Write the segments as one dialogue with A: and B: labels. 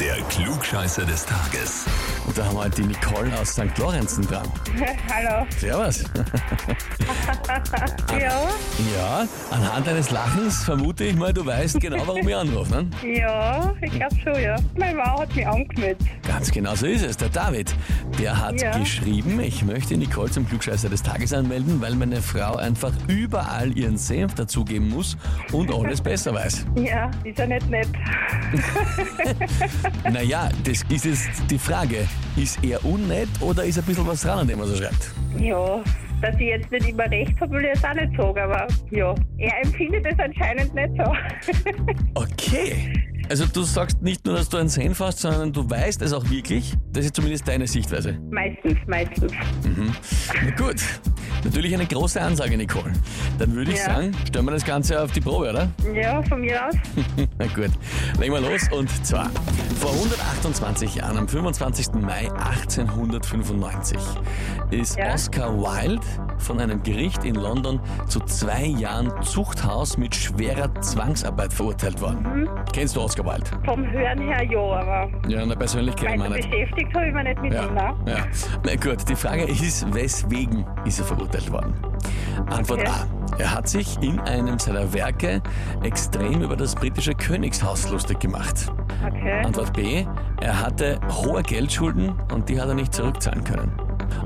A: Der Klugscheißer des Tages.
B: Und da haben wir halt die Nicole aus St. Lorenzen dran.
C: Hallo.
B: Servus.
C: Ja,
B: Ja, anhand deines Lachens vermute ich mal, du weißt genau, warum ich anrufe. Ne?
C: ja, ich glaube schon, ja. Meine Frau hat mich angemeldet.
B: Ganz genau so ist es. Der David, der hat
C: Ja.
B: geschrieben, ich möchte Nicole zum Klugscheißer des Tages anmelden, weil meine Frau einfach überall ihren Senf dazugeben muss und alles besser weiß.
C: Ja, ist ja nicht nett.
B: Naja, das ist jetzt die Frage. Ist er unnett oder ist ein bisschen was dran an dem, was er schreibt?
C: Ja, dass ich jetzt nicht immer recht habe, will ich jetzt auch nicht sagen, aber ja. Er empfindet es anscheinend nicht so.
B: Okay. Also du sagst nicht nur, dass du einen Senf hast, sondern du weißt es auch wirklich. Das ist zumindest deine Sichtweise.
C: meistens, meistens.
B: Na gut. Natürlich eine große Ansage, Nicole. Dann würde ich
C: Ja.
B: sagen, stellen wir das Ganze auf die Probe, oder?
C: Ja, von mir aus.
B: Na gut, legen wir los. Und zwar, vor 128 Jahren, am 25. Mai 1895, ist
C: Ja.
B: Oscar Wilde von einem Gericht in London zu zwei Jahren Zuchthaus mit schwerer Zwangsarbeit verurteilt worden. Kennst du Oscar Wilde?
C: Vom Hören her ja, aber
B: Ja, na, persönlich kenne ich
C: weiter
B: ihn nicht.
C: beschäftigt habe ich mich nicht mit
B: Ja,
C: ihm. Ne?
B: ja. Na gut, die Frage ist, weswegen ist er verurteilt worden? Antwort
C: Okay.
B: A. Er hat sich in einem seiner Werke extrem über das britische Königshaus lustig gemacht.
C: Okay.
B: Antwort B. Er hatte hohe Geldschulden und die hat er nicht zurückzahlen können.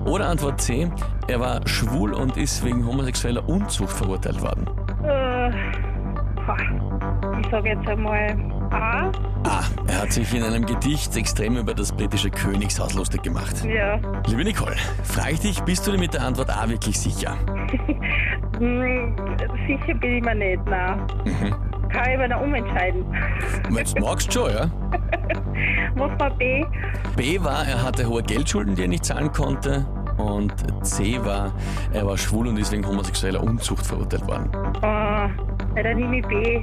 B: Oder Antwort C. Er war schwul und ist wegen homosexueller Unzucht verurteilt worden.
C: Äh, boah. ich sage jetzt einmal A.
B: A. Ah, Er hat sich in einem Gedicht extrem über das britische Königshaus lustig gemacht.
C: Ja.
B: Liebe Nicole, frage ich dich, bist du dir mit der Antwort A wirklich sicher?
C: Hm, sicher bin ich mir nicht, nein. Kann ich mir noch umentscheiden.
B: Wenn du magst schon, ja?
C: Muss man B?
B: B war, er hatte hohe Geldschulden, die er nicht zahlen konnte. Und C war, er war schwul und ist wegen homosexueller Unzucht verurteilt worden.
C: Ah, ja, dann nehme ich B.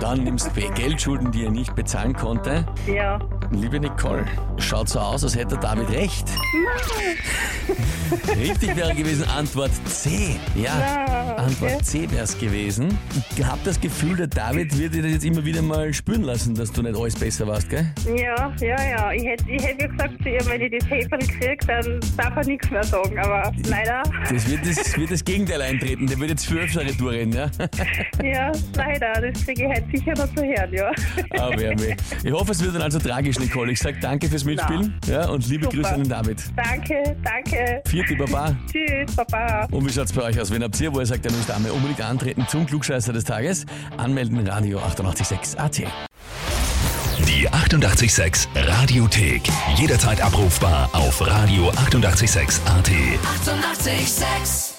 B: Dann nimmst B Geldschulden, die er nicht bezahlen konnte.
C: Ja.
B: Liebe Nicole, schaut so aus, als hätte David recht. Richtig wäre gewesen Antwort C. Ja,
C: Ah, okay.
B: Antwort C wäre es gewesen. Ich habe das Gefühl, der David wird dir das jetzt immer wieder mal spüren lassen, dass du nicht alles besser warst, gell?
C: Ja, ja, ja. Ich hätte ich hätt ja gesagt zu ihr, wenn ich das Häferl kriege, dann darf er nichts mehr sagen. Aber leider,
B: Das wird das, wird das Gegenteil eintreten. Der wird jetzt für öftere Tour reden, ja?
C: ja, leider. Das kriege ich heute sicher noch zu hören, ja.
B: Aber ja, meh. Ah, ich hoffe, es wird dann also tragisch, Nicole. Ich sag danke fürs Mitspielen ja, und liebe
C: Super.
B: Grüße an den David.
C: Danke, danke.
B: Vierte Baba.
C: Tschüss, Baba.
B: Und wie schaut's bei euch aus? Wen habt ihr, wo ihr sagt, ihr müsst einmal unbedingt antreten zum Klugscheißer des Tages? Anmelden, Radio 886 AT.
A: Die 88,6 Radiothek. Jederzeit abrufbar auf radio886.at. 88,6.
D: Eighty-eight, sex.